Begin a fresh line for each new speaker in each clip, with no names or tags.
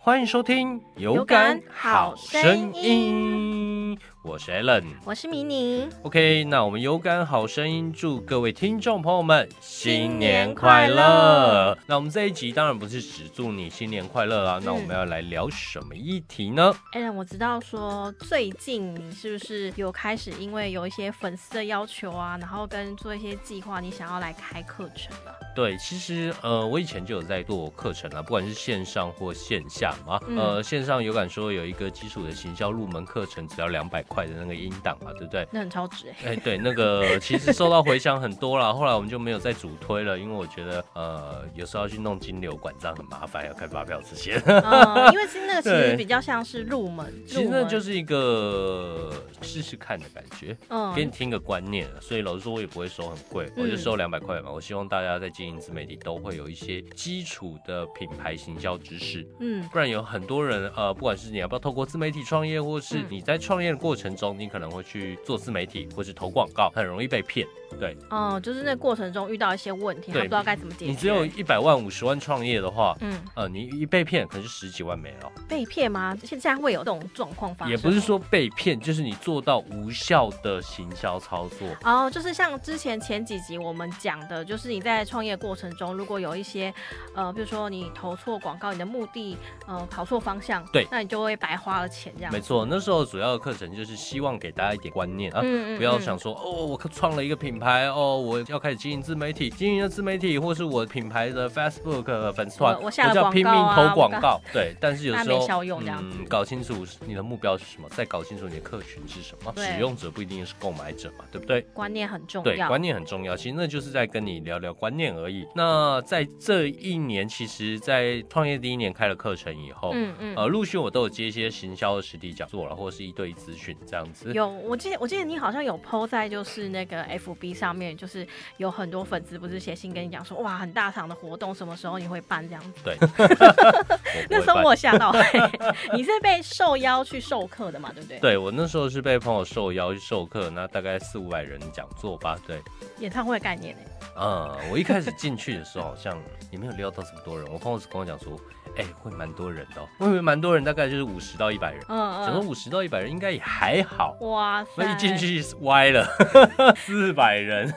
欢迎收听《有
感
感
好
声
声
音》，我是 Allen。
我是迷你，
OK，那我们《有感好声音》祝各位听众朋友们新年快
新年
乐。那我们这一集当然不是只祝你新年快乐啦，啊
嗯
那我们要来聊什么议题呢？
a l n 哎我知道说最近你是不是有开始因为有一些粉丝的要求啊，然后跟做一些计划，你想要来开课程啊了？
对，其实呃，我以前就有在做课程啊啦，不管是线上或线下嘛。
嗯
呃，线上有感说有一个基础的行销入门课程，只要两百块的那个音档嘛，对不对？
那很超 值哎、
哎、对，那个其实受到回响很多啦，后来我们就没有再主推了，因为我觉得呃，有时候要去弄金流管账很麻烦，要开发票这些。
嗯，因为是那个其
对
实比较像是入门，
其实
入
那
门
就是一个试试看的感觉，
嗯
给你听个观念。啊所以老实说，我也不会收很贵，我就收两百块嘛。我希望大家在经营自媒体都会有一些基础的品牌行销知识。
嗯
不然有很多人，呃，不管是你要不要透过自媒体创业，或是
嗯
你在创业的过程中，你可能会去做自媒体，或是投广告，很容易被骗。对，
嗯，就是那过程中遇到一些问题，
对
他不知道该怎么解决。
你只有一百万、五十万创业的话，
嗯
呃，你一被骗可能是十几万没了。
被骗吗？现在会有这种状况发生？
也不是。说被骗，就是你做到无效的行销操作。
哦，就是像之前前几集我们讲的，就是你在创业过程中，如果有一些，呃，比如说你投错广告，你的目的，呃，跑错方向，
对
那你就会白花了钱这样
没。错，那时候主要的课程就是希望给大家一点观念啊。
嗯
不要想说哦，我创了一个品牌哦，我要开始经营自媒体，经营了自媒体，或是我品牌的 Facebook 呃粉丝团，
我我下了
就要
广
拼命
告啊
投广
我
告。对，但是有
那
时
没
候
效用这样
嗯，搞清楚你的目标是什么，再搞清楚你的客群是什么。
对
使用者不一定是购买者嘛，对不对？
观念很重
对，
要。
观念很重要。其实那就是在跟你聊聊观念而已。那在这一年，其实，在创业第一年开了课程以后，
嗯嗯。
呃，陆续我都有接一些行销的实体讲座了，或者是一对一咨询这样子。
有，我记得我记得你好像有 PO 在就是那个 FB 上面，就是有很多粉丝不是写信跟你讲说，哇，很大场的活动，什么时候你会办这样子？
对，
那
不会
时候
办
我吓到、 你是被受邀去授课的嘛，对不对？
对我那时候是被朋友受邀去授课，那大概四五百人讲座吧。对，
演唱会概念呢、
嗯，我一开始进去的时候好像也没有料到这么多人，我朋友只跟我讲说，哎、会蛮多人的、哦，我以为蛮多人，大概就是五十到一百人，
嗯
想说
嗯。
五十到一百人应该也还好。
哇塞！
那一进，去歪了， 四百 人，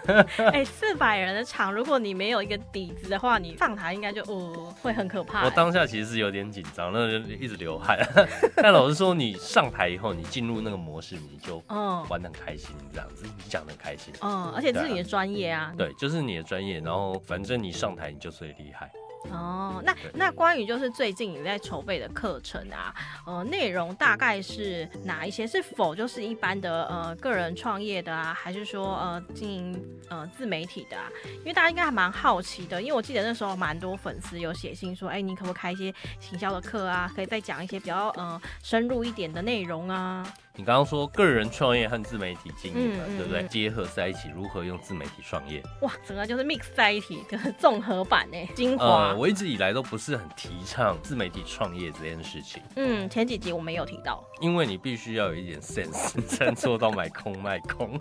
哎、四百人的场，如果你没有一个底子的话，你上台应该就呃会很可怕、
我当下其实是有点紧张，那就一直流汗。 但老实说，你上台以后，你进入那个模式，你就
嗯
玩的很开心，这样子，你讲的很开心。
嗯，而且这是你的专业啊。
对，就是你的专业，然后反正你上台你就最厉害。
哦，那
对
那关于就是最近你在筹备的课程啊，呃，内容大概是哪一些？是否就是一般的呃个人创业的啊，还是说呃经营呃自媒体的啊？因为大家应该还蛮好奇的，因为我记得那时候蛮多粉丝有写信说，哎、你可不可以开一些行销的课啊？可以再讲一些比较呃深入一点的内容啊？
你刚刚说个人创业和自媒体经营嘛，
嗯嗯
对不对？
嗯
结合在一起，如何用自媒体创业？
哇，整个就是 mix 在一起 的综合版哎、精华。
呃，我一直以来都不是很提倡自媒体创业这件事情，
嗯，前几集我们有提到
因为你必须要有一点 sense，才能 做到买空卖空。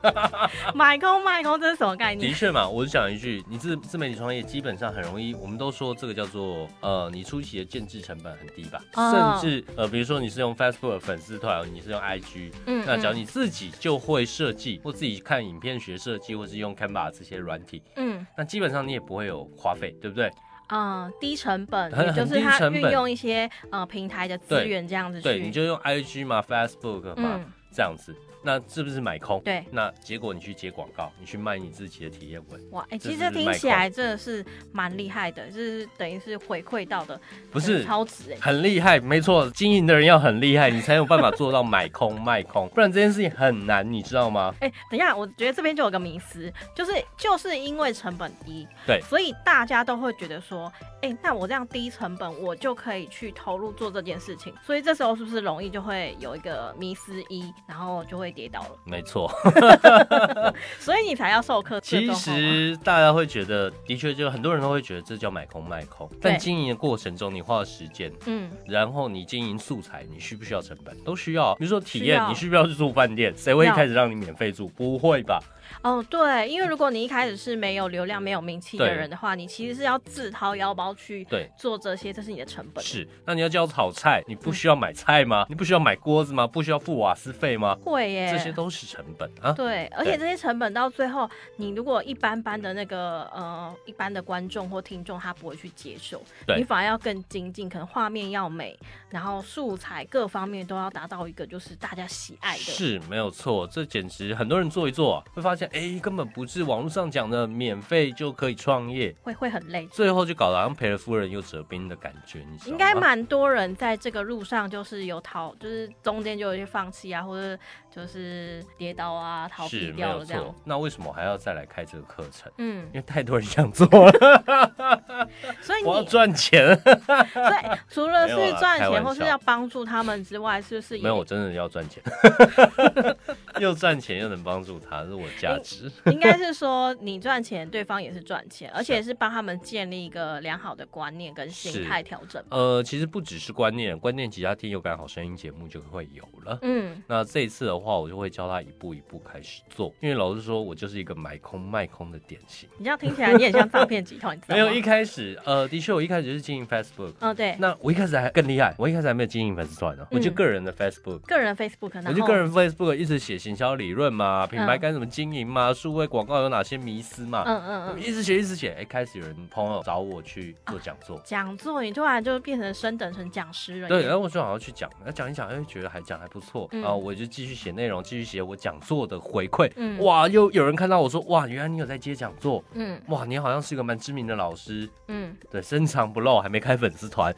买空卖空，这是什么概
的
念？
确嘛，我讲一句，你自自媒体创业基本上很容易，我们都说这个叫做呃，你初期的建制成本很低吧，
哦
甚至呃，比如说你是用 Facebook 的粉丝团，你是用 IG，
嗯
那只要你自己就会设计，或自己看影片学设计，或是用 Canva 这些软体，
嗯。
那基本上你也不会有花费，对不对？
嗯，低成本，
很
也就
很
是
低
它
成
运
本
用一些呃平台的资
对
源这样子去，
对，你就用 IG 嘛，Facebook 嘛，
嗯
这样子，那是不是买空？
对
那结果你去接广告，你去卖你自己的体验文，
哇，哎、
这
其实
是
这听
卖
起
空
来真的是蛮厉害的，就是等于是回馈到的，
不是？
超值哎、
很厉害，没错，经营的人要很厉害，你才有办法做到买空卖空，不然这件事情很难，你知道吗？
哎、等一下，我觉得这边就有个迷思，就是就是因为成本低，
对
所以大家都会觉得说，哎、那我这样低成本，我就可以去投入做这件事情，所以这时候是不是容易就会有一个迷失一，然后就会跌倒了，
没 错，
所以你才要授课这
其
种话吗？
实大家会觉得，的确就很多人都会觉得这叫买空卖空，但经营的过程中，你花了时间，
嗯，
然后你经营素材，你需不需要成本？都需要。比如说体
需
验，
要
你需不需要去住饭店？谁会一
要
开始让你免费住？不会吧？
哦，对，因为如果你一开始是没有流量、没有名气的
对
人的话，你其实是要自掏腰包去
对
做这些，这是你的成本。
是，那你要教炒菜，你不需要买菜吗？你不需要买锅子吗？不需要付瓦斯费吗？
会耶，
这些都是成本 啊。
对，而且这些成本到最后，你如果一般般的那个呃一般的观众或听众，他不会去接受，
对
你反而要更精进，可能画面要美，然后素材各方面都要达到一个就是大家喜爱的。
是没有错，这简直很多人做一做、啊，会发现，哎，根本不是网络上讲的免费就可以创业，
会会很累，
最后就搞得好像赔了夫人又折兵的感觉，你知道吗？
应该蛮多人在这个路上就是有逃，就是中间就有一些放弃啊，或者就是跌倒啊，逃避
是没
掉
有
了这样
错。。那为什么还要再来开这个课程？
嗯
因，为太多人想 做了，
所以
我要
你
赚钱。
所 以除了
没有
是
啦
赚
开玩
钱或是
笑
要帮助他们之外，是不是也
没有，我真的要赚 钱，又赚钱又能帮助他，这是我价值。
应该是说你赚钱，对方也是赚钱，而且是帮他们建立一个良好的观念跟心态调整。
呃，其实不只是观念，观念其他听有感好声音节目就会有了。
嗯，
那这一次的话，我就会教他一步一步开始做，因为老实说，我就是一个买空卖空的典型。
你这样听起来你很像诈骗集团，你知道
没
吗
有一，开始，呃，的确我一开始是经营 Facebook，、
嗯，对，
那我一开始还更厉害，我一开始还没有经营粉丝团哦呢，我就
嗯
个人的 Facebook，
个人 Facebook，然
我
后
就个人 Facebook 一直写行销理论嘛，品牌该怎么经营嘛，数位广告有哪些迷思嘛，
嗯嗯
我
嗯，
一直写一直写，哎、开始有人朋友找我去
啊
做讲座，
讲座你突然就变成升等成讲师了，
对，然，后我就好好去讲，那讲一讲，哎、觉得还讲还不错，
嗯
然后我就继续写内容，继续写我讲座的回馈，
嗯
哇，又有人看到我说，哇，原来你有在接讲座，
嗯
哇，你好像是一个蛮知名的老师，
嗯，
对，深藏不露，还没开粉丝 团，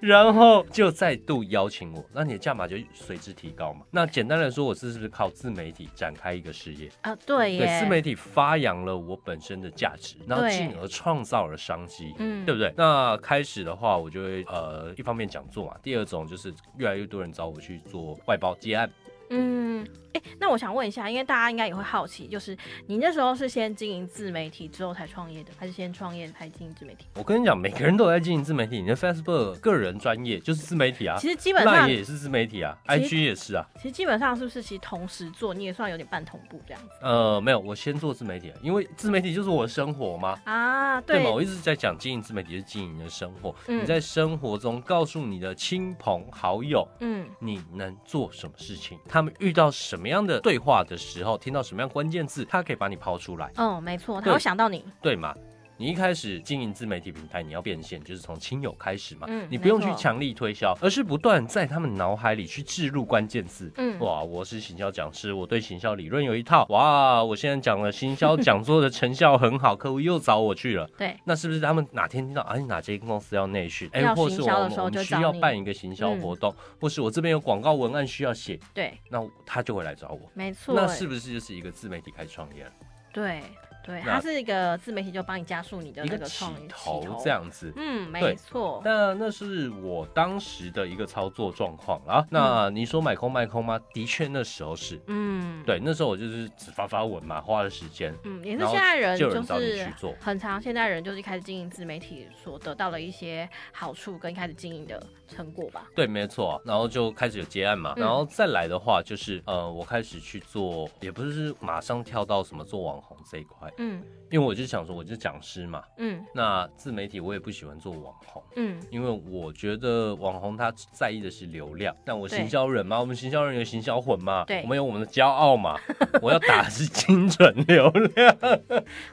然后就再度邀请我，那你的价码就随之提高嘛。那简单来说，我是不是靠自媒体展开一个事业？
啊，对
对，自
耶，
媒体发扬了我本身的价值，然后
对
进而创造了商机。
嗯
对不对？那开始的话，我就会呃，一方面讲座嘛，第二种就是越来越多人找我去做外包接案。
嗯，哎，那我想问一下，因为大家应该也会好奇，就是你那时候是先经营自媒体之后才创业的，还是先创业才经营自媒体？
我跟你讲，每个人都有在经营自媒 体，你的 Facebook 个人专业就是自媒体啊，
其实基本
那
上，
也是自媒体啊
其实
，IG 也是啊。
其实基本上是不是其实同时做，你也算有点半同步这样子。
呃，没有，我先做自媒体，啊因为自媒体就是我的生活嘛。
啊，
对
对，
嘛，我一直在讲经营自媒体是经营你的生活，
嗯
你在生活中告诉你的亲朋好友
嗯
你能做什么事情，他们遇到什么样的对话的时候，听到什么样关键字，他可以把你抛出来，
嗯，没错，他
对
会想到你，
对嘛？你一开始经营自媒体平台，你要变现，就是从亲友开始嘛。
嗯
你不用去
没错
强力推销，而是不断在他们脑海里去置入关键字。
嗯
哇，我是行销讲师，我对行销理论有一套。哇，我现在讲了行销讲座的成效很好，客户又找我去了。
对，
那是不是他们哪天听到哎、哪间公司要内训，哎、
要
或是我
行销的
们
时候
我
就
们需
找
要
你
办一个行销
嗯
活动，或是我这边有广告文案需要写，
对，
那他就会来找我。
没错，欸
那是不是就是一个自媒体开始创业了
对对，
那
它是一个自媒体就帮你加速你的
一个
那个
起
创意
头这，样子？
嗯，没
对
错，
那那是我当时的一个操作状况啦。那你说买空卖空吗？的确，那时候是
嗯，
对，那时候我就是只发发文嘛，花了时间。
嗯，也是
然后
现在人
就有
就
人找你
是啊
去做
很常现在人就是开始经营自媒体所得到的一些好处跟开始经营的成果吧，
对，没错，啊然后就开始有接案嘛，
嗯
然后再来的话就是，呃，我开始去做，也不是马上跳到什么做网红这一块，
嗯
因为我就想说，我就讲师嘛，
嗯
那自媒体我也不喜欢做网红，
嗯，
因为我觉得网红他在意的是流量，但我
对
行销人嘛，我们行销人有行销魂嘛，
对
我们有我们的骄傲嘛， 我要打的是精准流量，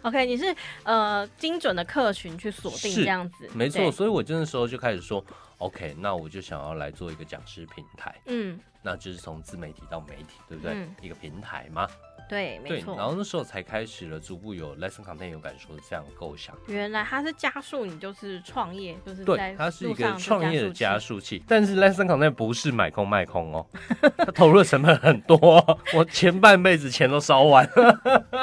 OK，你是呃精准的客群去锁定
是
这样子，
没
对
错，，所以我这时候就开始说，OK，那我就想要来做一个讲师平台，
嗯，
那就是从自媒体到媒体，对不对？
嗯
一个平台嘛，
对，没
对，
错，
然后那时候才开始了，逐步有 lesson content 有感说这样的构想。
原来它是加速你就是创业，就是在
对，它是一
路上
个
的
创业的加
加器。
速器，但是 lesson content 不是买空卖空哦，它投入的成本很多哦、 我前半辈子钱都烧完了。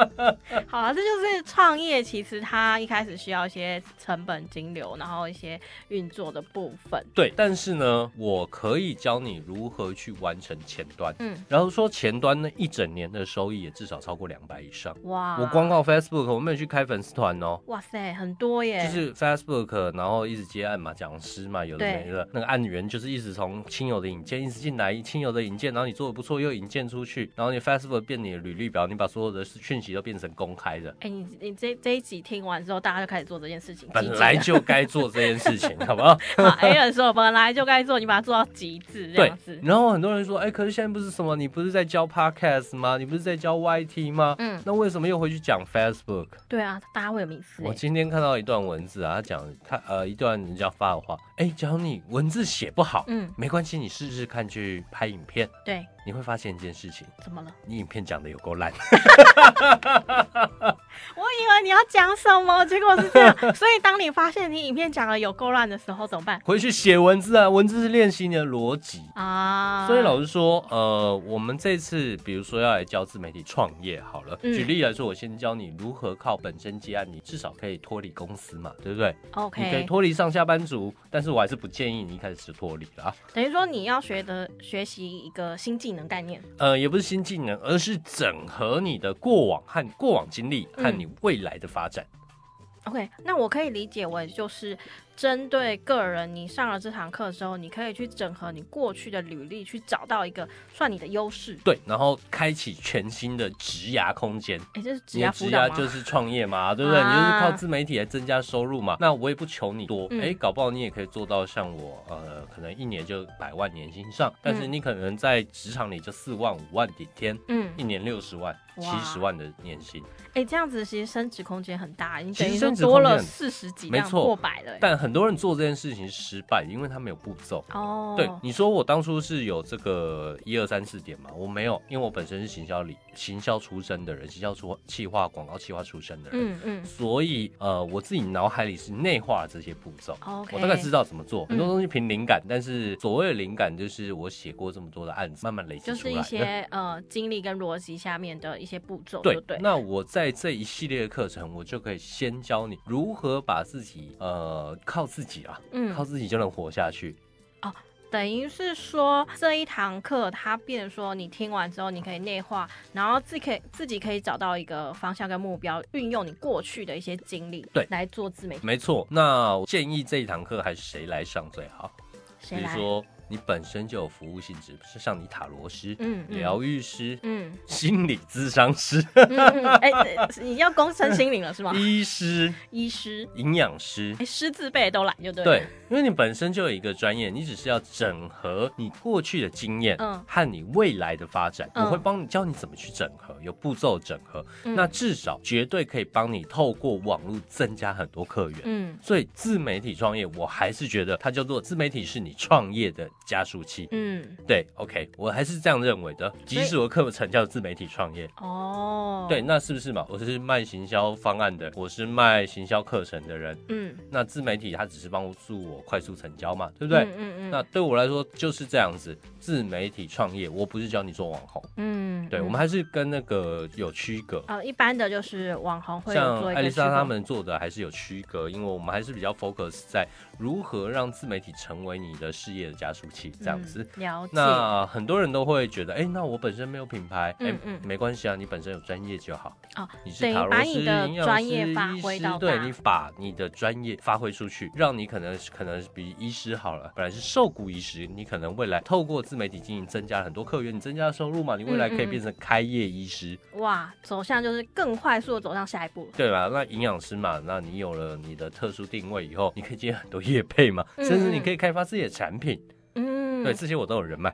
好啊，这就是创业，其实它一开始需要一些成本金流，然后一些运作的部分。
对，但是呢，我可以教你如何去完成前端。
嗯
然后说前端呢一整年的收益也至少超过两百以上。
哇，
我光靠 Facebook 我没有去开粉丝团哦，
哇塞，很多耶，
就是 Facebook，然后一直接案嘛，讲师嘛，有的
对
没的。那个案源就是一直从亲友的引荐一直进来，亲友的引荐，然后你做的不错又引荐出去，然后你 Facebook 变你的履历表，你把所有的讯息都变成公开的。
哎、你你这这一集听完之后，大家就开始做这件事情，极
本
致
来
了
就该做这件事情，好不 好？
好 A 人说本来就该做，你把它做到极致这
对
样子。。
然后很多人说，哎、可是现在不是什么，你不是在教 podcast 吗？你不是在教 YT 吗？
嗯，
那为什么又回去讲 Facebook？
对啊，大家会有迷思、
我
欸。
今天看到一段文字啊，他讲他呃一段人家发的话，哎、假如你文字写不好，
嗯，
没关系，你试试看去拍影片，
对，
你会发现一件事情，
怎么了？
你影片讲的有够烂。
我以为你要讲什么，结果是这样。所以当你发现你影片讲的有够烂的时候，怎么办
回去写文字啊，文字是练习你的逻辑。
啊？
所以老实说，呃，我们这次比如说要来教自媒体创业好了，
嗯
举例来说，我先教你如何靠本身接案，你至少可以脱离公司嘛，对不对？你可以
OK，
脱离上下班族，但是我还是不建议你一开始就脱离啦。
等于说你要学的学习一个新技能概念。
呃，也不是新技能，而是整合你的过往和过往经历和
嗯
你未来的发展。
OK，那我可以理解为就是针对个人，你上了这堂课之后，你可以去整合你过去的履历，去找到一个算你的优势。
对，然后开启全新的职涯空间。
哎、这是职
你的
业
职
辅导
涯
吗？啊
就是创业 嘛，对不对？你就是靠自媒体来增加收入嘛。那我也不求你多，
嗯
哎、搞不好你也可以做到像我，呃，可能一年就百万年薪上，但是
嗯
你可能在职场里就四万、五万顶天，
嗯，
一年六十万、七
哇
十万的年薪。
哎、这样子其实升值空间很大，你
其
等
实
于说
升值
多
空间
了
很
四十几
没
辆
错
破百了、欸。
但很多人做这件事情失败，因为他没有步骤。
哦，
对，你说我当初是有这个一二三四点嘛？我没有，因为我本身是行销里行销出身的人，行销出企划、广告企划出身的人，
嗯嗯
所以呃，我自己脑海里是内化了这些步骤。
，OK，
我大概知道怎么做，很多
嗯
东西凭灵感，但是所谓的灵感就是我写过这么多的案子，慢慢累积
就
出
是一
来的。
些呃经历跟逻辑下面的一些步骤，
对
就对，
那我在这一系列的课程，我就可以先教你如何把自己呃靠自己啊，
嗯
靠自己就能活下去。
等于是说这一堂课它变成说你听完之后你可以内化，然后自己可以自己可以找到一个方向跟目标，运用你过去的一些经历，
对
来做自媒体，
没错，那我建议这一堂课还是谁来上最好？比
谁
如
来？
说你本身就有服务性质，是像你塔罗师、
嗯嗯
疗愈师、
嗯
心理咨商师、？
嗯嗯，哎、你要攻身心灵了是 吗
医师、
医师，
营养师
哎、。师字辈都来就对了，
对，因为你本身就有一个专业，你只是要整合你过去的经验，
嗯
和你未来的发展，
嗯
我会帮你教你怎么去整合，有步骤整合，
嗯
那至少绝对可以帮你透过网络增加很多客源。
嗯。
所以自媒体创业，我还是觉得它叫做自媒体是你创业的加速器。
嗯，
对，OK，我还是这样认为的。即使我课程叫自媒体创
嗯
业，
哦，
对，，那是不是嘛？我是卖行销方案的，我是卖行销课程的人。
嗯，
那自媒体它只是帮助我快速成交嘛，对不对？
嗯嗯嗯，
那对我来说就是这样子，自媒体创业，我不是教你做网红，
嗯，
对、
嗯
我们还是跟那个有区隔。
呃，一般的就是网红会有
像
做一
艾
个
丽
区
莎
分
他，们做的还是有区隔，因为我们还是比较 focus 在如何让自媒体成为你的事业的加速器这样子。
嗯了解，
那很多人都会觉得，哎、那我本身没有品牌，哎、
嗯嗯
没关系啊，你本身有专业就好。
哦，
你是
等于
塔罗
把
师、
你的
营养
专业
师
发
医
挥
师
到
对
大
你把你的专业发挥出去，让你可能可能比医师好了，本来是受雇医师，你可能未来透过自媒体经营增加了很多客源，你增加了收入嘛，你未来可以
嗯嗯
变成开业医师，
哇，走向就是更快速的走向下一步了，
对吧？那营养师嘛，那你有了你的特殊定位以后，你可以接很多业配嘛，
嗯
甚至你
嗯
可以开发自己的产品，
嗯，
对，这些我都有人脉。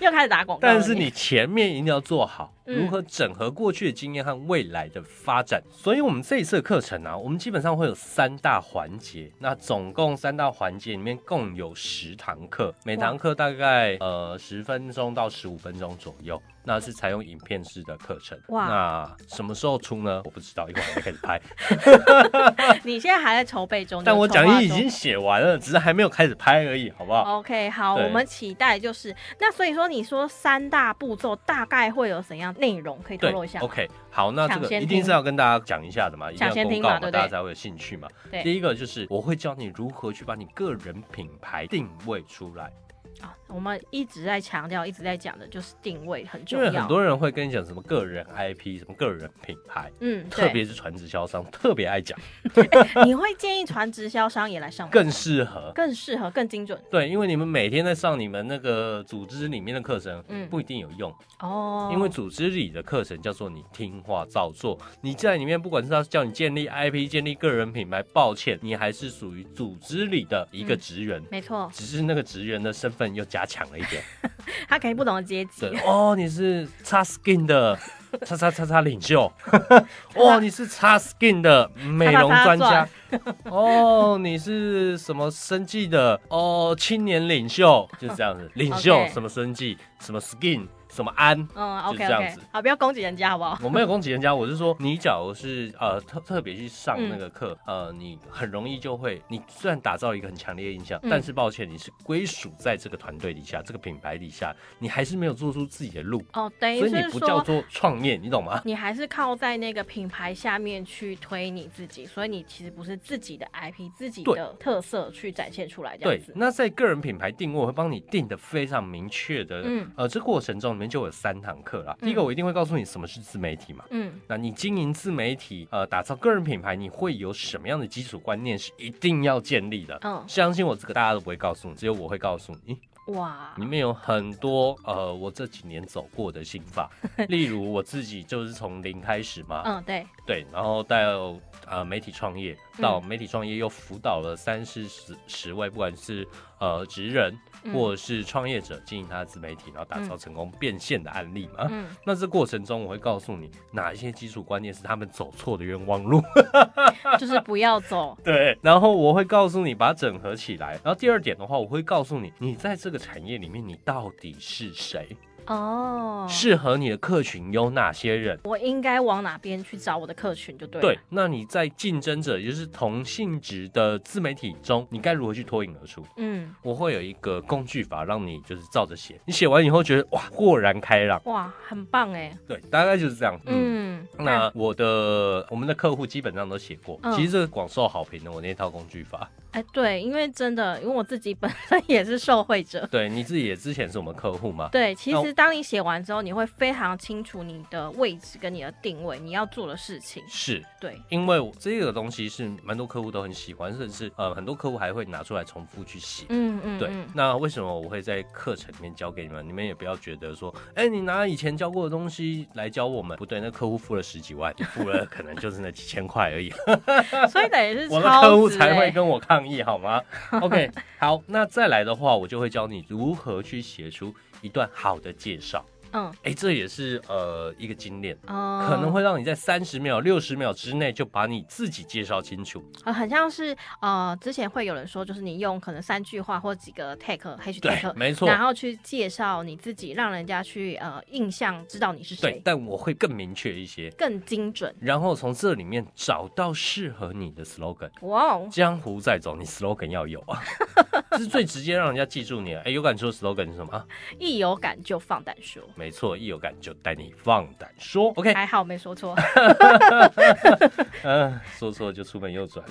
又开始打广告了，
但是你前面一定要做好，
嗯
如何整合过去的经验和未来的发展。所以，我们这一次的课程啊，我们基本上会有三大环节。那总共三大环节里面共有十堂课，每堂课大概呃十分钟到十五分钟左右。那是采用影片式的课程。
哇
那什么时候出呢？我不知道，因为我还没开始 拍。
你现在还在筹备中，
但
你
我
的筹划
讲义已
中
经写完了，只是还没有开始拍而已，好不好？
OK，好，
对
我们期待就是那，所以说你说三大步骤大概会有怎样内容，可以透
对
露一下吗？
，OK，好，那这
抢
个
先
一定
听
是要跟大家讲一下的嘛，一定
抢
要
先
公
听
告
嘛
嘛，
对不
大家
对
才会有兴趣嘛。
对
第一个就是我会教你如何去把你个人品牌定位出来，
啊，我们一直在强调、一直在讲的就是定位很
因
重
为
要。
很多人会跟你讲什么个人 IP，什么个人品牌，
嗯，
特
对，
别是传直销商特别爱讲，
你会建议传直销商也来上吗
更适合。
更适合、更精准
对，因为你们每天在上你们那个组织里面的课程，
嗯
不一定有用，
哦。
因为组织里的课程叫做你听话照做。你在里面，不管是他叫你建立 IP、建立个人品牌，抱歉，你还是属于组织里的一个
嗯
职员，
没错，
只是那个职员的身份又加强了一 点。
他可能不懂得阶级
对，哦，你是叉 skin 的叉叉叉叉领 袖，哦，你是叉 skin 的美容专家，哦，你是什么生计的哦青年领袖，就是这样子， 领袖
OK
什么生计，什么 skin，什么安。
嗯
就是
，OK
这样
OK，
子
好，不要攻击人家好不好？
我没有攻击人家，我是说，你假如是呃特特别去上那
嗯
个课，呃，你很容易就会，你虽然打造一个很强烈的印象，
嗯
但是抱歉，你是归属在这个团队底下，这个品牌底下，你还是没有做出自己的路。
哦，等于
所以你
是
不叫
说。嗯
做创业，你懂吗？
你还是靠在那个品牌下面去推你自己，所以你其实不是自己的 IP、自己
对
的特色去展现出来这
对
样，子。
那在个人品牌定位，我会帮你定的非常明确的。
嗯
呃，这过程中里面就有三堂课啦。
嗯
第一个，我一定会告诉你什么是自媒体嘛。
嗯，
那你经营自媒体，呃，打造个人品牌，你会有什么样的基础观念是一定要建立的？
嗯
相信我，这个大家都不会告诉你，只有我会告诉你。
哇，
里面有很多呃，我这几年走过的心 法，例如我自己就是从零开始嘛，
嗯，对，
对，然后到呃媒体创业，
嗯
到媒体创业又辅导了三四十十位，不管是呃职人
嗯
或者是创业者经营他的自媒体，然后打造成功变现的案例嘛。
嗯，
那这过程中，我会告诉你哪一些基础观念是他们走错的冤枉路，
就是不要走，
对，然后我会告诉你把它整合起来。然后第二点的话，我会告诉你，你在这个产业里面你到底是谁，
哦，
适合你的客群有哪些人，
我应该往哪边去找我的客群就对了。
对，那你在竞争者，也就是同性质的自媒体中，你该如何去脱颖而出？
嗯，
我会有一个工具法，让你就是照着写，你写完以后觉得哇，豁然开朗。
哇，很棒哎，
对，大概就是这样。嗯。
嗯，
那我的我们的客户基本上都写过，
嗯
其实这个广受好评的我那套工具法，
哎，对，因为真的，因为我自己本身也是受惠者。
对你自己也之前是我们客户嘛，
对，其
那我
实当你写完之后，你会非常清楚你的位置跟你的定位，你要做的事情。
是
对，
因为我这个东西是蛮多客户都很喜欢，甚至呃很多客户还会拿出来重复去写。
嗯嗯，
对
嗯，
那为什么我会在课程里面教给你们？你们也不要觉得说，哎、你拿以前教过的东西来教我们，不对，那客户付了十几万，你付了可能就是那几千块 而已，
所以等于是
我的客户
超值
才会
欸
跟我抗议，好 吗？OK，好，那再来的话，我就会教你如何去写出一段好的介绍。
嗯
哎、这也是呃一个精炼。
嗯，
可能会让你在三十秒、六十秒之内就把你自己介绍清楚。
呃很像是呃，之前会有人说，就是你用可能三句话或几个 take hashtag，
没错
然后去介绍你自己，让人家去呃印象知道你是
对
谁，，
但我会更明确一些，
更精准。
然后从这里面找到适合你的 slogan。
哇哦，
江湖再走，你 slogan 要有 啊，这是最直接让人家记住你的。哎，有敢说 slogan 是什么啊？
一有感就放胆说，
没错，一有敢就带你放胆说。OK，
还好没说错。
嗯、说错就出门右转。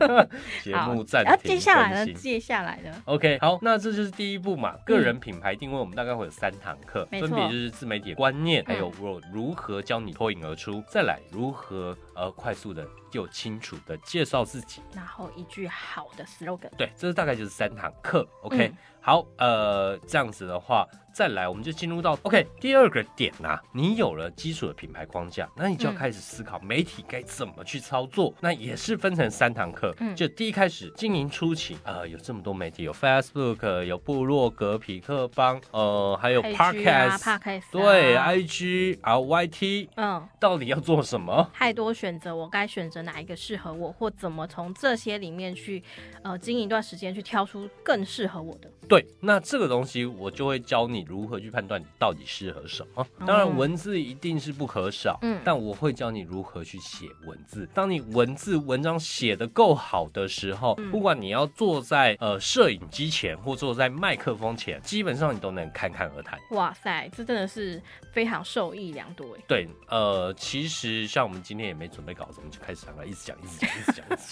节
好，
目暂
然后
停。
接下来
更
呢？
新
接下来呢？
OK，好，那这就是第一步嘛。个人品牌定位，我们大概会有三堂课，
嗯没
分
错
别就是自媒体的观念，
嗯
还有我如何教你脱颖而出，再来如何呃快速的又清楚的介绍自己。
然后一句好的 slogan，
对，这大概就是三堂课。OK，、
嗯
好，呃，这样子的话，再来我们就进入到 OK 第二个点呐、你有了基础的品牌框架，那你就要
嗯
开始思考媒体该怎么去操作。那也是分成三堂课，
嗯
就第一开始经营初期，呃，有这么多媒体，有 Facebook，有部落格、匹克帮，呃，还有
IG 啊
Podcast，、
podcast，
对哎
啊
，IG、RYT，
嗯，
到底要做什么？
太多选择，我该选择哪一个适合我，或怎么从这些里面去，呃，经营一段时间去挑出更适合我的。
对，那这个东西我就会教你如何去判断你到底适合什么。当然，
嗯
文字一定是不可少，
嗯
但我会教你如何去写文字。当你文字文章写得够好的时候，
嗯
不管你要坐在呃摄影机前或坐在麦克风前，基本上你都能侃侃而谈。
哇塞，这真的是非常受益良多哎。
对，呃，其实像我们今天也没准备稿子，我们就开始讲了，一直讲，一直讲，一直讲，一直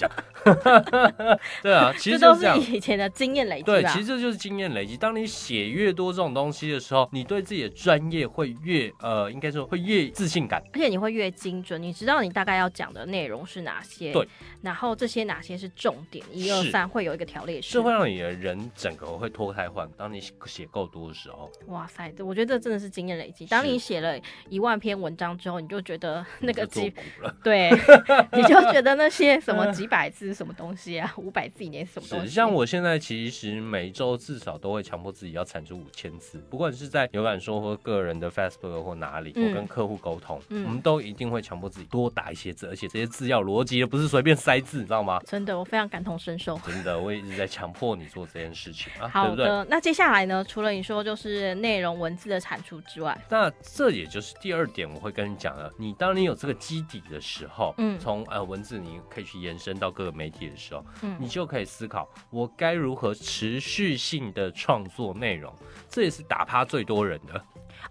讲。 对啊，其
这
实就
都
是这
是
样。
以前的经验累积
对，
吧
其实这就是经验累积。当你写越多这种东西的时候，你对自己的专业会越呃，应该说会越自信感。
而且你会越精准，你知道你大概要讲的内容是哪些，
对，
然后这些哪些是重点，一二
是
三会有一个条列式
是。会让你的人整个会脱胎换骨。当你写够多的时候，
哇塞，这我觉得这真的是经验累积。当你写了一万篇文章之后，你就觉得那个
你就做
几
股 了。
对，你就觉得那些什么几百字什么东西啊， 五百字以内什么东
是，
西，
像我现在其实每周至少都会强迫自己要产出五千字，不管是在有感说或个人的 Facebook 或哪里，
嗯
我跟客户沟通，
嗯
我们都一定会强迫自己多打一些字，而且这些字要有逻辑，而不是随便塞字，你知道吗？
真的我非常感同身受。
真的，我一直在强迫你做这件事情啊，对
好呃
不对？
的，那接下来呢？除了你说就是内容文字的产出之外，
那这也就是第二点，我会跟你讲了。你当你有这个基底的时候，
嗯
从呃文字你可以去延伸到各个媒体的时候，
嗯
你就可以思考我该如何持续性的创作内容。这也是打趴最多人的，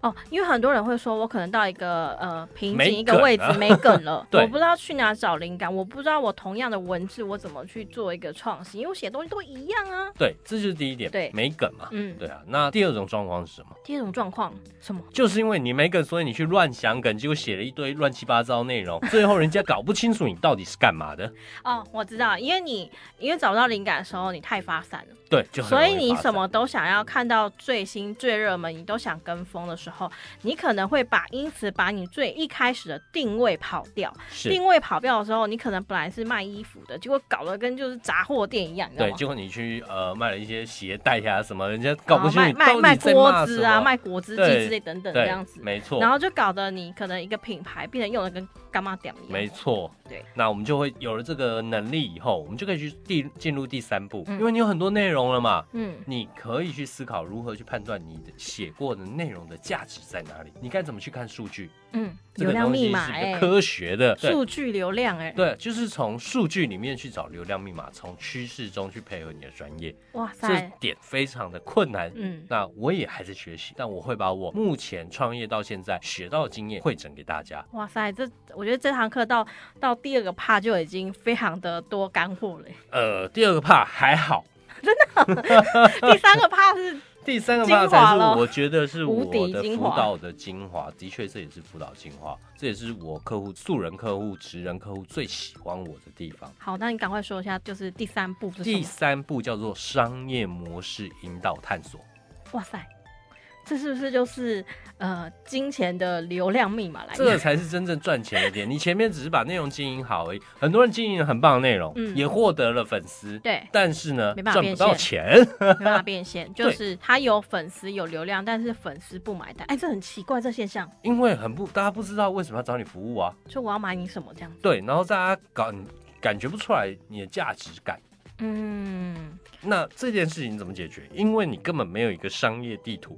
哦，因为很多人会说，我可能到一个呃瓶
没
颈、一个
梗
位置
了
没梗啊 了，
对
我不知道去哪找灵感，我不知道我同样的文字我怎么去做一个创新，因为我写的东西都一样啊。
对，这就是第一点，
对
没梗嘛。
嗯，
对啊，那第二种状况是什么？
第一种状况什么？
就是因为你没梗，所以你去乱想梗，结果写了一堆乱七八糟内容，最后人家搞不清楚你到底是干嘛的。
哦，我知道，因为你因为找不到灵感的时候，你太发散了，
对，就很
所以
容易
你
发
什
散
么都想要看到最新、最热门，你都想跟风的时候，你可能会把因此把你最一开始的定位跑掉。
是。
定位跑掉的时候，你可能本来是卖衣服的，结果搞得跟就是杂货店一样，你知道
对，
吗？
结果你去呃卖了一些鞋带呀、什么，人家搞不清
卖
你
啊卖
到
卖
底在骂
锅
什
子
么。
啊，卖果汁机
对
之类等等
对，
这样子，
没错，
然后就搞得你可能一个品牌变成用的跟干妈点一
没
样。
错，
对，
那我们就会有了这个能力以后，我们就可以去第进入第三步，
嗯
因为你有很多内容了嘛。
嗯，
你可以去思考如何去判断你的写过的内容的价值在哪里，你该怎么去看数据？
嗯，
这个
流量
东
密
西
码
是一
哎、
个科学的，对
数据流量哎、
对，就是从数据里面去找流量密码，从趋势中去配合你的专业，
哇
这
塞，
点非常的困难。
嗯，
那我也还在学习，但我会把我目前创业到现在学到的经验汇整给大家。
哇塞，这我觉得这堂课到到第二个 part 就已经非常的多干货了、
呃，第二个怕还好，
第三个 part 是
第三个
精华
part 才
了
是我觉得是我
无敌
的
精
辅
华
导的精华，的确这也是辅导精华，这也是我客户素人客户、职人客户最喜欢我的地方。
好，那你赶快说一下，就是第三步是什
第
么？
三步叫做商业模式引导探索，
哇塞，这是不是就是呃金钱的流量密码来源？
这个才是真正赚钱的点。你前面只是把内容经营好而已，很多人经营了很棒的内容，
嗯
也获得了粉丝，
对，
但是呢，
没办法
赚
变
不
现
到钱。
没办法变现，就
对
是他有粉丝有流量，但是粉丝不买单，哎，这很奇怪，这现象，
因为很不，大家不知道为什么要找你服务啊，
就我要买你什么这样子，
对，然后大家感感觉不出来你的价值感。
嗯
那这件事情怎么解决？因为你根本没有一个商业地图。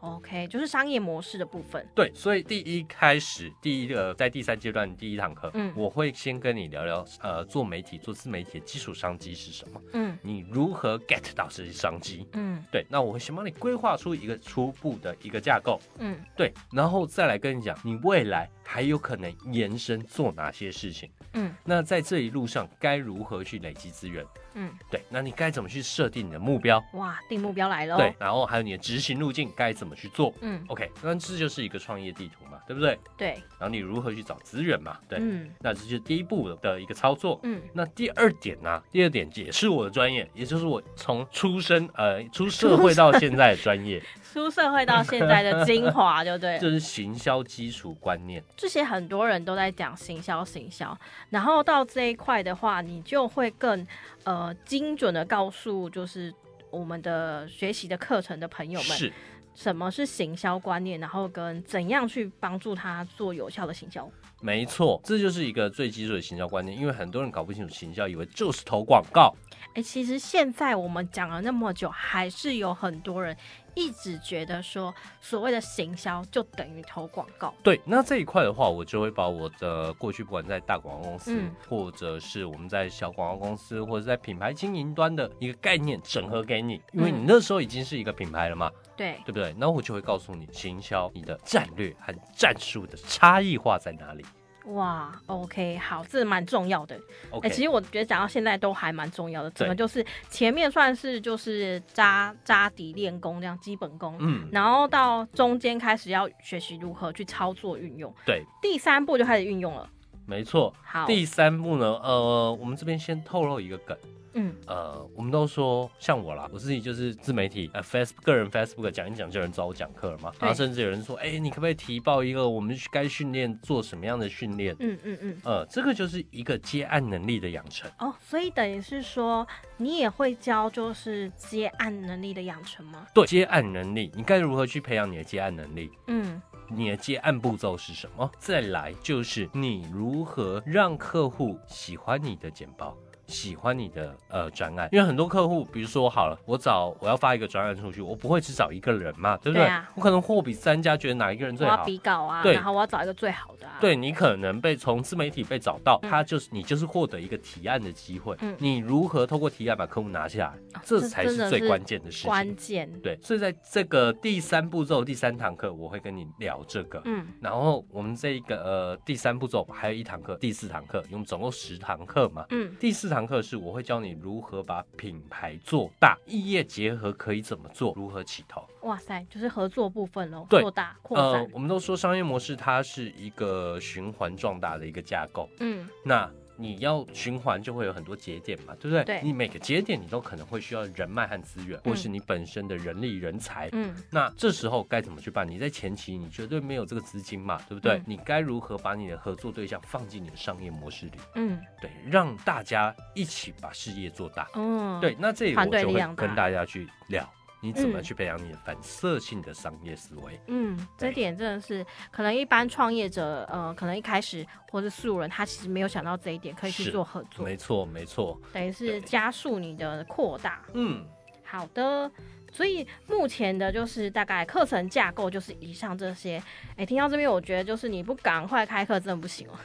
，OK，就是商业模式的部分，
对，所以第一开始，第一个在第三阶段第一堂课，
嗯
我会先跟你聊聊，呃，做媒体、做自媒体的基础商机是什么，
嗯
你如何 get 到这些商机。
嗯
对，那我会先帮你规划出一个初步的一个架构，
嗯，
对，然后再来跟你讲，你未来还有可能延伸做哪些事情。
嗯，
那在这一路上该如何去累积资源？
嗯，
对，那你该怎么去设定你的目标？
哇，定目标来喽，哦
对，，哦然后还有你的执行路径该怎么去做
嗯
？OK，那这就是一个创业地图嘛，对不对？
对，
然后你如何去找资源嘛？对，
嗯
那这就是第一步的一个操作。
嗯，
那第二点呢、第二点也是我的专业，也就是我从出生呃出社会到现在的专业，
出社会到现在的精华，就 对了，
就是行销基础观念。
这些很多人都在讲行销，行销，然后到这一块的话，你就会更呃精准的告诉就是我们的学习的课程的朋友们，
是
什么是行销观念，然后跟怎样去帮助他做有效的行销。
没错，这就是一个最基础的行销观念，因为很多人搞不清楚行销，以为就是投广告。
哎、其实现在我们讲了那么久，还是有很多人一直觉得说所谓的行销就等于投广告。
对，那这一块的话，我就会把我的过去不管在大广告公司，
嗯
或者是我们在小广告公司，或者在品牌经营端的一个概念整合给你，
嗯
因为你那时候已经是一个品牌了嘛，
对，
对不对？那我就会告诉你行销你的战略和战术的差异化在哪里。
哇，OK，好，这蛮重要的。哎、
OK，、
其实我觉得讲到现在都还蛮重要的，
对
整个就是前面算是就是扎扎底练功这样基本功，
嗯，
然后到中间开始要学习如何去操作运用，
对，
第三步就开始运用了。
没错。
好，
第三步呢，呃，我们这边先透露一个梗。
嗯，
呃，我们都说像我啦，我自己就是自媒体，呃，Facebook 个人 Facebook 讲一讲，就有人找我讲课了嘛。
对
然后甚至有人说，哎、你可不可以提报一个我们该训练做什么样的训练？
嗯嗯嗯。
呃，这个就是一个接案能力的养成。
哦，所以等于是说，你也会教就是接案能力的养成吗？
对，接案能力，你该如何去培养你的接案能力？
嗯，
你的接案步骤是什么？再来就是你如何让客户喜欢你的简报。喜欢你的呃专案，因为很多客户，比如说好了，我找我要发一个专案出去，我不会只找一个人嘛，对不对？
对啊
我可能货比三家，觉得哪一个人
我
最
要
好？
比稿啊，
对
然后我要找一个最好的啊。，
对你可能被从自媒体被找到，
嗯
他就是你就是获得一个提案的机会。
嗯哦
你如何透过提案把客户拿下来，这
这
才
真
是
的
最
是
关键的事情。
关键，
对，所以在这个第三步骤第三堂课，我会跟你聊这个。
嗯，
然后我们这一个呃第三步骤还有一堂课，第四堂课，因为我们总共十堂课嘛。
嗯，
第四堂课是我会教你如何把品牌做大，异业结合可以怎么做，如何起头。
哇塞，就是合作部分喽，
对
做大扩
呃
散，，
我们都说商业模式它是一个循环壮大的一个架构，
嗯，
那你要循环就会有很多节点嘛，对不对？
对
你每个节点你都可能会需要人脉和资源，或是你本身的人力人才。
嗯，
那这时候该怎么去办？你在前期你绝对没有这个资金嘛，对不对？
嗯
你该如何把你的合作对象放进你的商业模式里？
嗯，
对，让大家一起把事业做大。
嗯，
对，，那这里我
团队
就
力
会
量大
跟大家去聊，你怎么
嗯
去培养你的反射性的商业思维。
嗯，这
对
点真的是可能一般创业者，呃，可能一开始或是素人，他其实没有想到这一点，可以去
是
做合作，
没错，没错。
等于是
对
加速你的扩大。
嗯，
好的，所以目前的就是大概课程架构就是以上这些。哎，听到这边，我觉得就是你不赶快开课，真的不行 哦。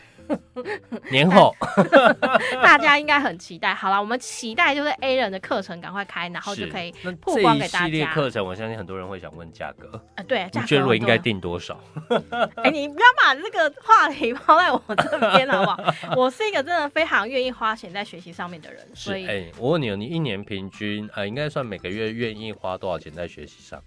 年 后
大家应该很期待。好了，我们期待就是 A 人的课程赶快开，然后就是可以，
那
曝
这
光
一
给大
系列
家
课程，我相信很多人会想问价格，
呃，对，
你
价
觉
格
得我
很
应
重
该
要
定多少？
哎、你不要把这个话题抛在我这边好不 好？我是一个真的非常愿意花钱在学习上面的人，
是，
所
哎、
以、
我问你哦，你一年平均呃，应该算每个月愿意花多少钱在学习上？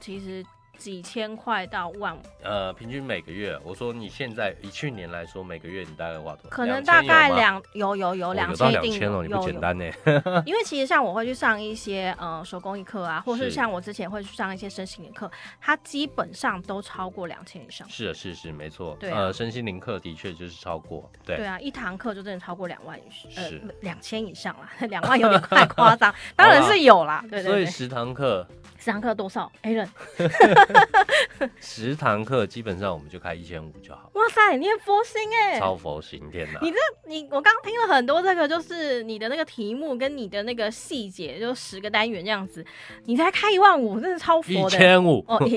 其实几千块到万，
呃，平均每个月，我说你现在以去年来说，每个月你大概花多少？
可能
2000
大概
有吗
两有有有
哦
两
有到
千一
两
定
千哦，
有
你不
有
简单 呢。
有因为其实像我会去上一些呃手工艺课啊，或是
是
像我之前会去上一些身心灵课，它基本上都超过两千以上。
是啊是是，没错。
对啊
呃，身心灵课的确就是超过，对，
对啊，一堂课就真的超过两万以上，呃
是，
两千以上啦， 两万有点太夸 张，当然是有啦，对
所
对
以
对。
十堂课，
十堂课多少？A 人，
十堂课基本上我们就开一千五就好，
哇塞，你很佛心哎、
超佛心天哪！
你你我刚听了很多这个，就是你的那个题目跟你的那个细节，就十个单元这样子，你才开一万五，真的超
一
佛的。
千五，
哦，一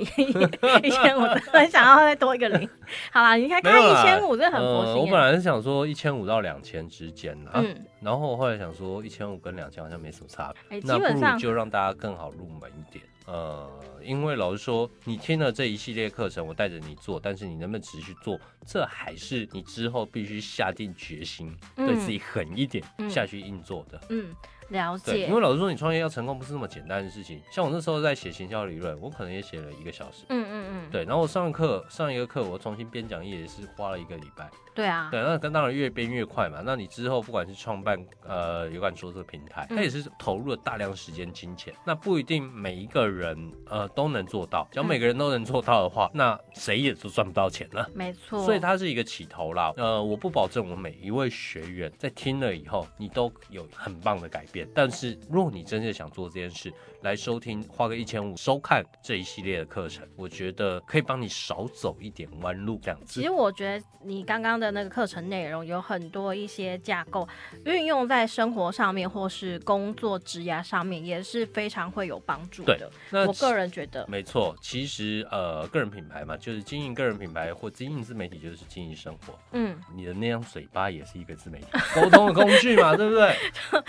一千五， 很想要再多一个零。好啦，你才开
没有
哦一
啦
千五，真的很佛
呃，我
心
本来
耶。
是啊想说一千五到两千之间啦，
嗯，
然后我后来想说一千五跟两千好像没什么差别。
哎，
那
基
不
本
如
上，
就让大家更好入门一点。呃，因为老实说，你听了这一系列课程，我带着你做，但是你能不能持续做，这还是你之后必须下定决心，
嗯
对自己狠一点、
嗯
下去硬做的。
嗯，了
对，
解
因。为老实说，你创业要成功不是那么简单的事情。像我那时候在写行销理论，我可能也写了一个小时。
嗯嗯嗯，
对，然后我上课上一个课，我重新编讲义也是花了一个礼拜。
对啊，
对，那当然越编越快嘛。那你之后不管是创办呃有感说这个平台，它也
嗯
是投入了大量时间金钱。那不一定每一个人呃都能做到，
嗯
只要每个人都能做到的话，那谁也都赚不到钱了。
没错。
所以它是一个起头啦，呃，我不保证我每一位学员在听了以后，你都有很棒的改变。但是，若你真的想做这件事，来收听，花个一千五收看这一系列的课程，我觉得可以帮你少走一点弯路，这样子。
其实我觉得你刚刚的那个课程内容有很多一些架构运用在生活上面，或是工作职涯上面，也是非常会有帮助的。
那
我个人觉得，
没错，其实呃，个人品牌嘛，就是经营个人品牌或经营自媒体，就是经营生活。
嗯，
你的那张嘴巴也是一个自媒体沟通的工具嘛，对不对？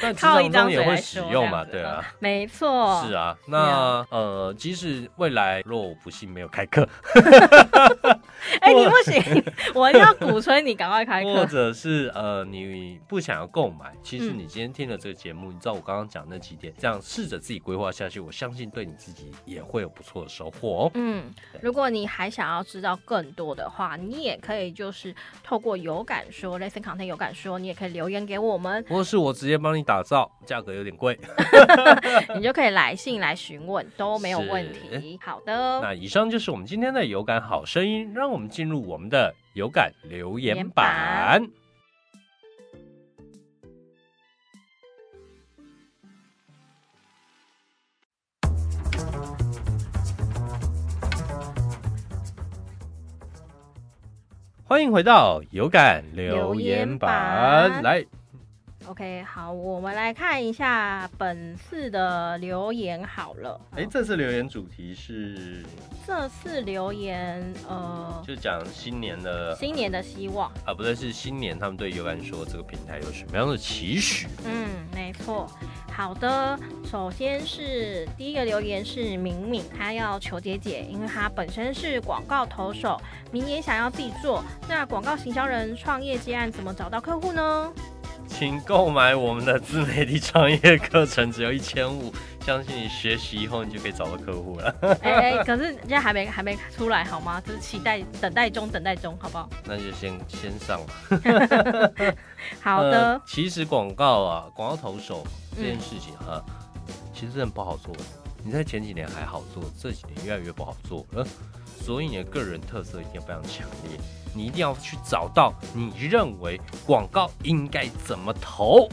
那职
靠一
场
张
中
嘴
也会
来
使
说
用
这
嘛，
样子哦
对啊。
没错，
是啊，那呃，即使未来若我不幸没有开课，
哎、你
我
不行， 我一定要鼓吹你赶快开
或
课。
者是呃你不想要购买，其实
嗯
你今天听了这个节目，你知道我刚刚讲那几点，这样试着自己规划下去，我相信对你自己也会有不错的收获哦。
嗯
对，
如果你还想要知道更多的话，你也可以就是透过有感说 Listen Content 有感说，你也可以留言给 我们，
或是我直接帮你打造，价格有点贵。
你就可以来信来询问，都没有问题。好的，
那以上就是我们今天的有感好声音，让我们进入我们的有感留言
言
板
板。
欢迎回到有感留
留
言
言
板，
板
来
OK，好，我们来看一下本次的留言好了。呃
哎，这次留言主题是
这次留言呃，
就讲新年的
新年的希望。
啊，不对，是新年他们对有感说这个平台有什么样的期许？
嗯，没错。好的，首先是第一个留言是敏敏，她要求姐姐，因为她本身是广告投手，明年想要自己做，那广告行销人创业接案怎么找到客户呢？
请购买我们的自媒体创业课程，只有一千五，相信你学习以后，你就可以找到客户了。
哎、哎可是人家还没还没出来好吗？就是期待等待中，等待中，好不好？
那就先先上吧。
好
呃
的，
其实广告啊，广告投手这件
嗯
事情啊，其实真的不好做。你在前几年还好做，这几年越来越不好做了。所以你的个人特色一定要非常强烈，你一定要去找到你认为广告应该怎么投，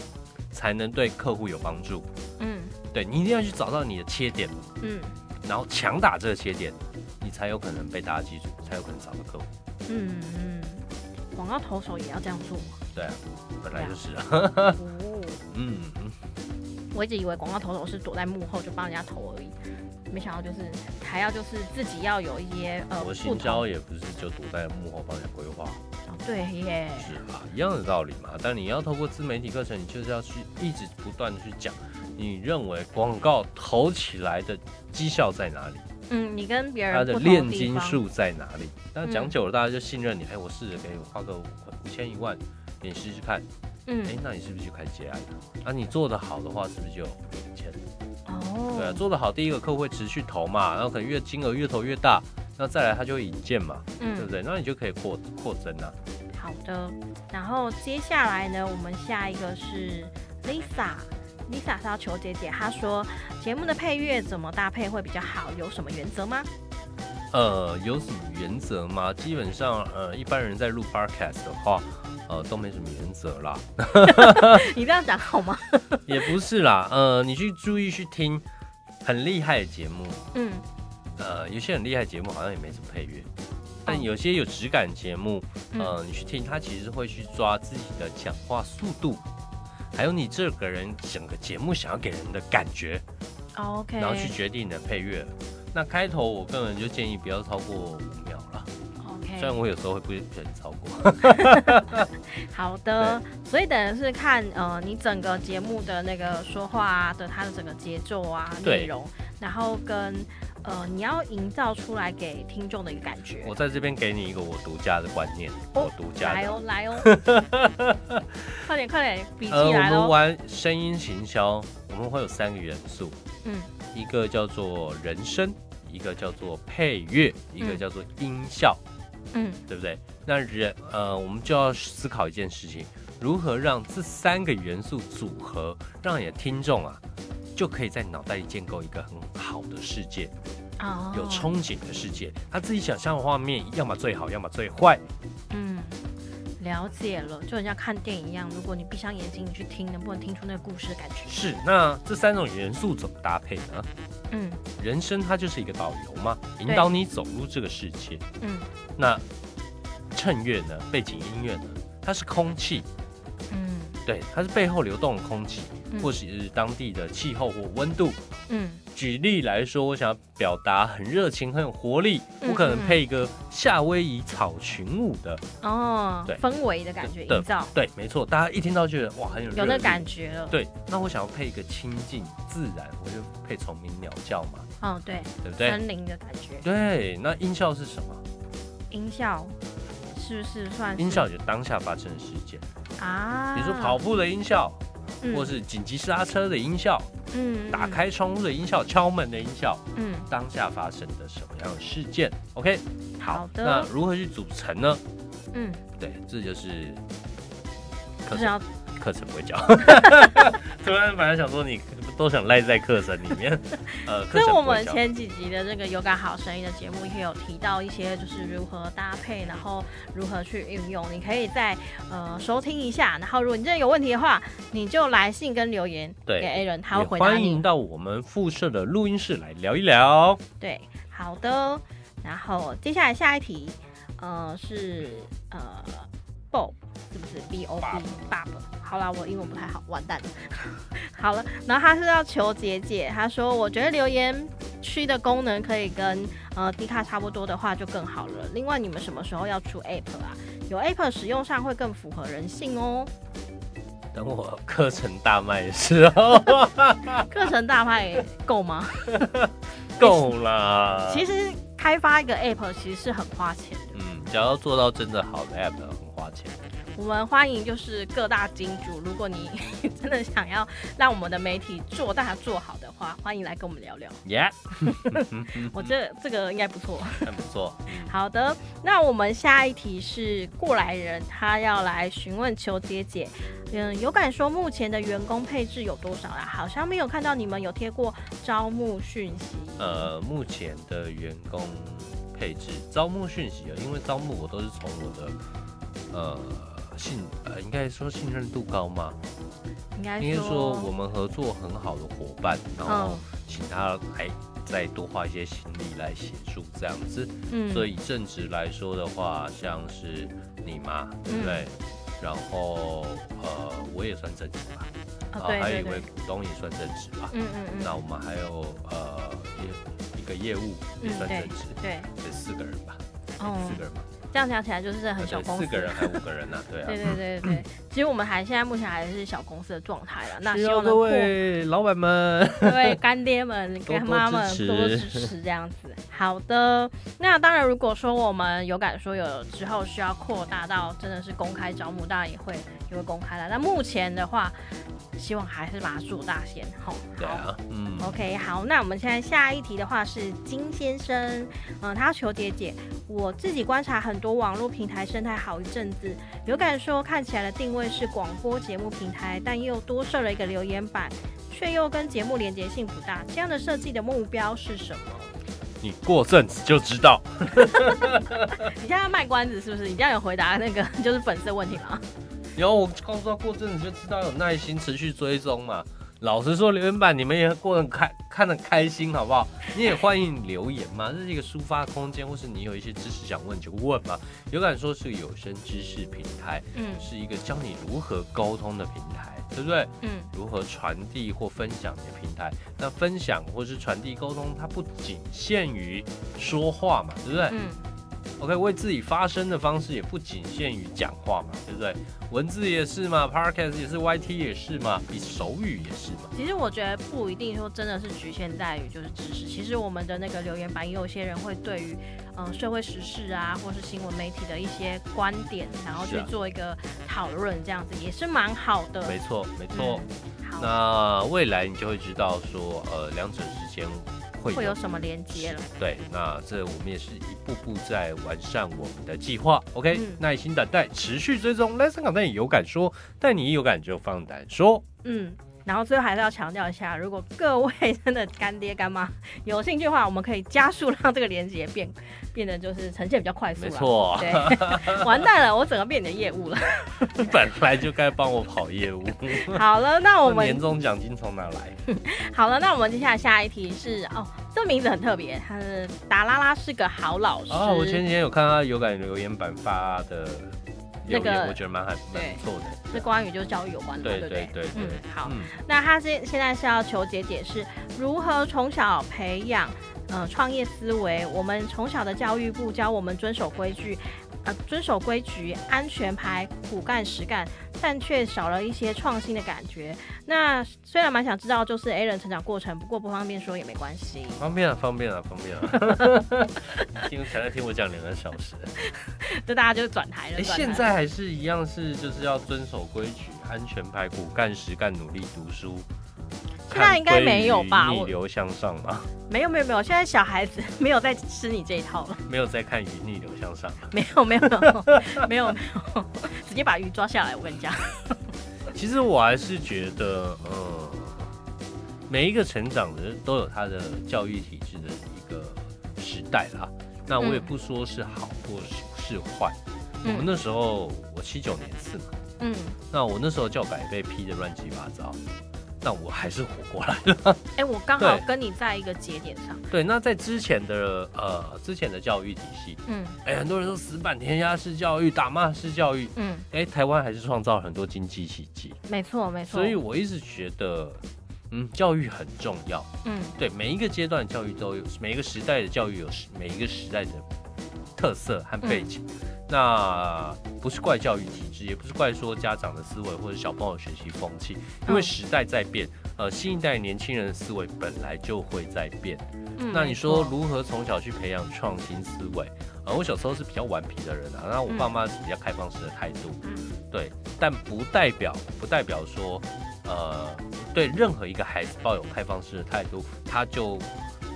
才能对客户有帮助。
嗯
对你一定要去找到你的切点，
嗯
然后强打这个切点，你才有可能被大家记住，才有可能找到客户。
嗯嗯，广告投手也要这样做 吗？
对啊，本来就是啊。
哦，
嗯，
我一直以为广告投手是躲在幕后就帮人家投而已，没想到就是还要就是自己要有一些呃
我
不
行
同
销也不是就躲在幕后帮人家规划，
哦对耶，
是吧？一样的道理嘛。但你要透过自媒体课程，你就是要去一直不断的去讲，你认为广告投起来的绩效在哪里，
嗯，你跟别人
它的
不同
炼
地
金
方，
术在哪里。但讲
嗯
久了，大家就信任你，哎，我试着给我花个五五千一万，给你试试看，
嗯
哎，那你是不是就开始接案了？啊，你做得好的话，是不是就有钱？
哦，
对啊，做得好，第一个客户会持续投嘛，然后可能越金额越投越大，那再来他就会引荐嘛，
嗯
对不对？那你就可以扩扩增啊。
好的，然后接下来呢，我们下一个是 Lisa。Lisa 是要求姐姐，她说节目的配乐怎么搭配会比较好，有什么原则吗？
呃，有什么原则吗？基本上，呃，一般人在录 podcast 的话，呃，都没什么原则啦，
你这样讲好吗？
也不是啦，呃，你去注意去听很厉害的节目，
嗯，
呃，有些很厉害的节目好像也没什么配乐，
哦
但有些有质感节目，
嗯
呃，你去听，它其实会去抓自己的讲话速度。还有你这个人整个节目想要给人的感觉，
OK，
然后去决定你的配乐。那开头我个人就建议不要超过五秒了，虽然
OK，
我有时候会不不小心超过。
好的，所以等于是看呃你整个节目的那个说话啊的它的整个节奏啊
对
内容，然后跟呃你要营造出来给听众的一个感觉
我。在这边给你一个我独家的观念，
哦
我独家
来
的。
哦来哦， 快点快点，笔记
呃，我
来
们
喽。
玩声音行销，我们会有三个元素，
嗯
一个叫做人声，一个叫做配乐，一个
嗯
叫做音效，
嗯
对不对？那人呃，我们就要思考一件事情，如何让这三个元素组合，让你的听众啊，就可以在脑袋里建构一个很好的世界，
哦，
有憧憬的世界。他自己想象的画面，要么最好，要么最坏。
嗯。了解了，就很像看电影一样，如果你闭上眼睛，你去听，能不能听出那个故事的感觉？
是，那这三种元素怎么搭配呢？
嗯
人生它就是一个导游嘛，引
对
导你走入这个世界。
嗯
那衬乐呢，背景音乐呢，它是空气，
嗯，
对，它是背后流动的空气，
嗯
或许是当地的气候或温度。
嗯
举例来说，我想要表达很热情、很有活力，
嗯
我可能配一个夏威夷草裙舞的。
哦
对，
氛围的感觉
的
营造
对，没错，大家一听到就觉得哇，很有
有
热
那
力
感觉了。
对，那我想要配一个清静自然，我就配虫鸣鸟叫嘛，
哦，对，
对不对？
森林的感觉，
对，那音效是什么？
音效是不是算是
音效就当下发生的事件，
啊？
比如说跑步的音效，
嗯，
或是紧急刹车的音效，
嗯
打，开窗户的音效，敲门的音效，
嗯，
当下发生的什么样的事件？OK，
嗯
好
好
那
的，
如何去组成呢？
嗯，
对，这就是课
就是啊
程，
要
课程不会教。 突然本来想说你都想赖在课程里 面，呃，课
所以
程
我
不会
们
教。
前几集的这个《有感好声音》的节目也有提到一些，就是如何搭配，然后如何去运用。你可以再呃收听一下，然后如果你真的有问题的话，你就来信跟留言
对
给 A 人，他会
也
回答
欢
你
迎。到我们附设的录音室来聊一聊。
对，好的。然后接下来下一题，呃，是呃，Bob 是不是 B O B Bob？好啦，我英文不太好，完蛋了。 好了，然后他是要求姐姐，他说我觉得留言区的功能可以跟呃 D 卡差不多的话就更好了。另外，你们什么时候要出 App 啊？有 App 使用上会更符合人性哦。
等我课程大卖的时候
课程大卖够吗？
够啦。
其实开发一个 App 其实是很花钱的。
嗯，只要做到真的好的 app 很花钱。
我们欢迎就是各大金主，如果你 真的想要让我们的媒体做大做好的话，欢迎来跟我们聊聊。
耶、
我这这个应该不错。
很不错。嗯
好的，那我们下一题是过来人，他要来询问求姐姐，嗯，有感说目前的员工配置有多少啦？好像没有看到你们有贴过招募讯息。
呃，目前的员工配置招募讯息啊，因为招募我都是从我的呃信呃，应该说信任度高吗？
应该
应该说我
说，
们合作很好的伙伴，然后请他来再多花一些心力来协助这样子。
嗯
所以正职来说的话，像是你嘛，对不对？
嗯
然后呃，我也算正职吧，
哦
然后
对
啊还有
对
一位
对，
股东也算正职吧。
嗯嗯
那
嗯，
我们还有呃业一个业务也算正职，
嗯对，
对，四个人吧，
哦
四，个人吧，
这样讲起来就是很
啊
小
对
公司。
四个人还五个人呢、对啊。
对对 对对，对，其实我们还现在目前还是小公司的状态啦，那
需
希
要
望能
各
扩
位老板们，
各位干爹们、
多多
干妈们
支持
多多支 持这样子。好的，那当然，如果说我们有感说有之后需要扩大到真的是公开招募，当然也会也会公开了。那目前的话，希望还是把它做大先吼。
对
好
啊，嗯，
OK，好，那我们现在下一题的话是金先生，嗯、他要求姐姐，我自己观察很多网络平台生态好一阵子，有感说看起来的定位是广播节目平台，但又多设了一个留言板，却又跟节目连接性不大，这样的设计的目标是什么？
你过阵子就知道。
你现在卖关子是不是？你这样有回答那个 就是粉丝的问题吗？
然后我告诉他过阵子就知道有耐心持续追踪嘛。老实说，留言板你们也过得很开看得开心，好不好？你也欢迎留言嘛，这是一个抒发空间，或是你有一些知识想问就问嘛。有敢说是有声知识平台，
嗯
是一个教你如何沟通的平台，对不对？
嗯
如何传递或分享你的平台？那分享或是传递沟通，它不仅限于说话嘛，对不对？
嗯
OK，为自己发声的方式也不仅限于讲话嘛，对不对？文字也是嘛，Podcast 也是，YT 也是嘛，比手语也是嘛。
其实我觉得不一定说真的是局限在于就是知识，其实我们的那个留言板也有些人会对于嗯、呃社会时事啊，或是新闻媒体的一些观点，然后
是
去
啊
做一个讨论，这样子也是蛮好的。
没错，没错。
嗯好，
那未来你就会知道说，呃，两者之间会
会
有
有什么连接了？
对。那这我们也是一步步在完善我们的计划。OK，、
嗯
耐心等待，持续追踪。来香港，但你有感说，但你一有感就放胆说。
嗯。然后最后还是要强调一下，如果各位真的干爹干妈有兴趣的话，我们可以加速让这个连接变 变得就是呈现比较快速
没
了。，
错，
对，完蛋了，我整个变你的业务了。
你 本来就该帮我跑业务。
好了， 那我
那
们
年终奖金从哪来？
好了，那我们接下来下一题是哦，这名字很特别，他是
哦
达拉拉是个好老师。
啊，我前几天有看他有感留言板发的留
那
言，
个
我觉得蛮还蛮
对
不错的。
是关于就是教育有关的嘛，
对
对不
对对
嗯
对，
好。
嗯，
那他现现在是要求解解释如何从小培养呃创业思维。我们从小的教育部教我们遵守规矩，呃遵守规矩、安全牌、苦干实干，但却少了一些创新的感觉。那虽然蛮想知道就是 A 人成长过程，不过不方便说也没关系。
方便了，啊方便了，方便了。 听才在听我讲两个小时，
这大家就转台了。
哎，
转台了
现在还是一样是就是要遵守规矩，安全牌，苦干实干，努力读书。
现在应该
看鲑
没有
鱼
吧
逆
我
流向上吧，
没有没有没有，现在小孩子 没有在吃你这一套了，
没有在看鱼逆流向上。
没有没有 没有没有，直接把鱼抓下来，我跟你讲。
其实我还是觉得，呃，每一个成长的都有他的教育体制的一个时代啦。那我也
嗯
不说是好或是是坏。我们
嗯
那时候，我七九年次嘛，
嗯，
那我那时候教改被批的乱七八糟，那我还是活过来。
哎、我刚好
对
跟你在一个节点上，
对，那在之前的呃之前的教育体系，
嗯
哎，很多人都死板填鸭式教育、打骂式教育，
嗯，
哎，台湾还是创造了很多经济奇迹。
没错没错，
所以我一直觉得，嗯，教育很重要。
嗯
对每一个阶段的教育都有，每一个时代的教育有时每一个时代的特色和背景。
嗯
那不是怪教育体制，也不是怪说家长的思维或者小朋友学习风气，因为
嗯
时代在变，呃，新一代年轻人的思维本来就会在变。
嗯，
那你说
没错
如何从小去培养创新思维？呃，我小时候是比较顽皮的人啊，那我爸妈是比较开放式的态度，
嗯
对，但不代表不代表说，呃，对任何一个孩子抱有开放式的态度，他就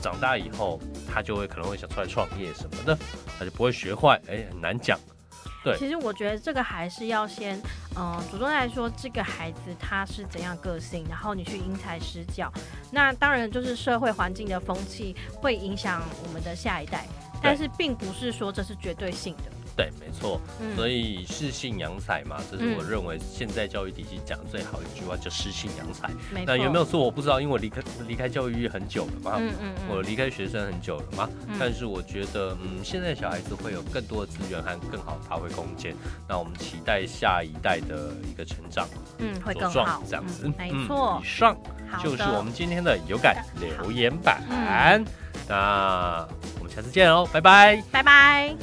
长大以后，他就会可能会想出来创业什么的，他就不会学坏，哎、很难讲。对
其实我觉得这个还是要先，嗯、主动来说这个孩子他是怎样个性，然后你去因材施教。那当然就是社会环境的风气会影响我们的下一代，但是并不是说这是绝对性的。
对，没错，
嗯，
所以适性扬才嘛，这是我
嗯
认为现在教育体系讲的最好的一句话，叫适性扬才。
没
那
错
有没有错？我不知道，因为我离开离开教育很久了嘛，
嗯嗯嗯，
我离开学生很久了嘛，
嗯
但是我觉得，嗯，现在小孩子会有更多的资源和更好的发挥空间。那我们期待下一代的一个成长
嗯会
茁
更好
壮，这样子。
嗯没
嗯
错
以，上
好的
就是我们今天的有感
嗯
留言板。那我们下次见喽，拜拜。
拜拜。